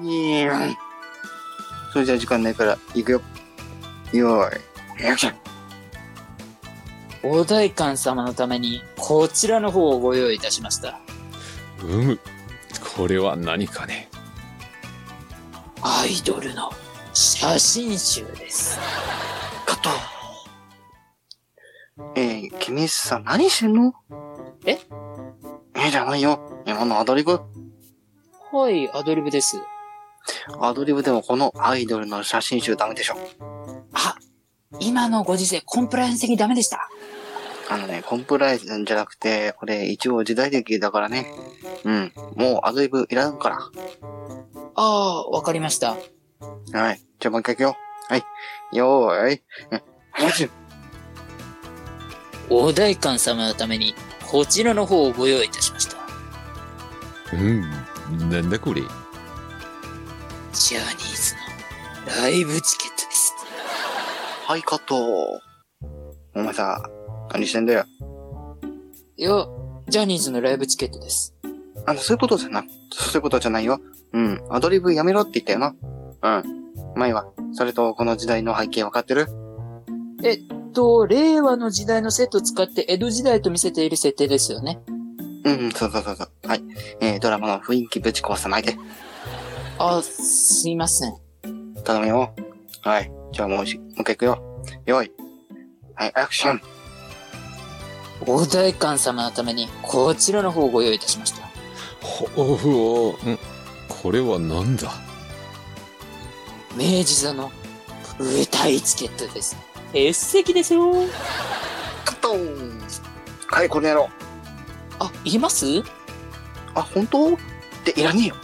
にーわいそれじゃあ時間ないから、行くよ。よーい、リアクション。お代官様のためにこちらの方をご用意いたしましたうむこれは何かねアイドルの写真集ですカット。えー、君さ、何してんのええじゃないよ。今のアドリブ。はいアドリブですアドリブでもこのアイドルの写真集ダメでしょ。あ今のご時世コンプライアンス的にダメでしたあのね、コンプライアンスじゃなくて、これ一応時代劇だからね。うん。もうアドリブいらんから。ああわかりましたはい。じゃあもう一回行くよ。はい。よーい。マジお代官様のためにこちらの方をご用意いたしましたうんなんだこれジャニーズのライブチケットですはい、カット。お前さ、何してんだよ。いやジャニーズのライブチケットですあの、そういうことじゃな、そういうことじゃないよ。うん。アドリブやめろって言ったよな。うん。前は、それとこの時代の背景わかってると令和の時代のセットを使って江戸時代と見せている設定ですよねうんうん、そうそうそうそう。はい。えー、ドラマの雰囲気ぶち壊さないで。あすいません頼むよ。はい。じゃあもうし、もう一回行くよ。よい。はい、アクション。お代官様のためにこちらの方をご用意いたしましたほおうんこれはなんだ明治座の舞台チケットです S 席ですよカットはい、これやろう。あいますあ、本当っていらねえよ。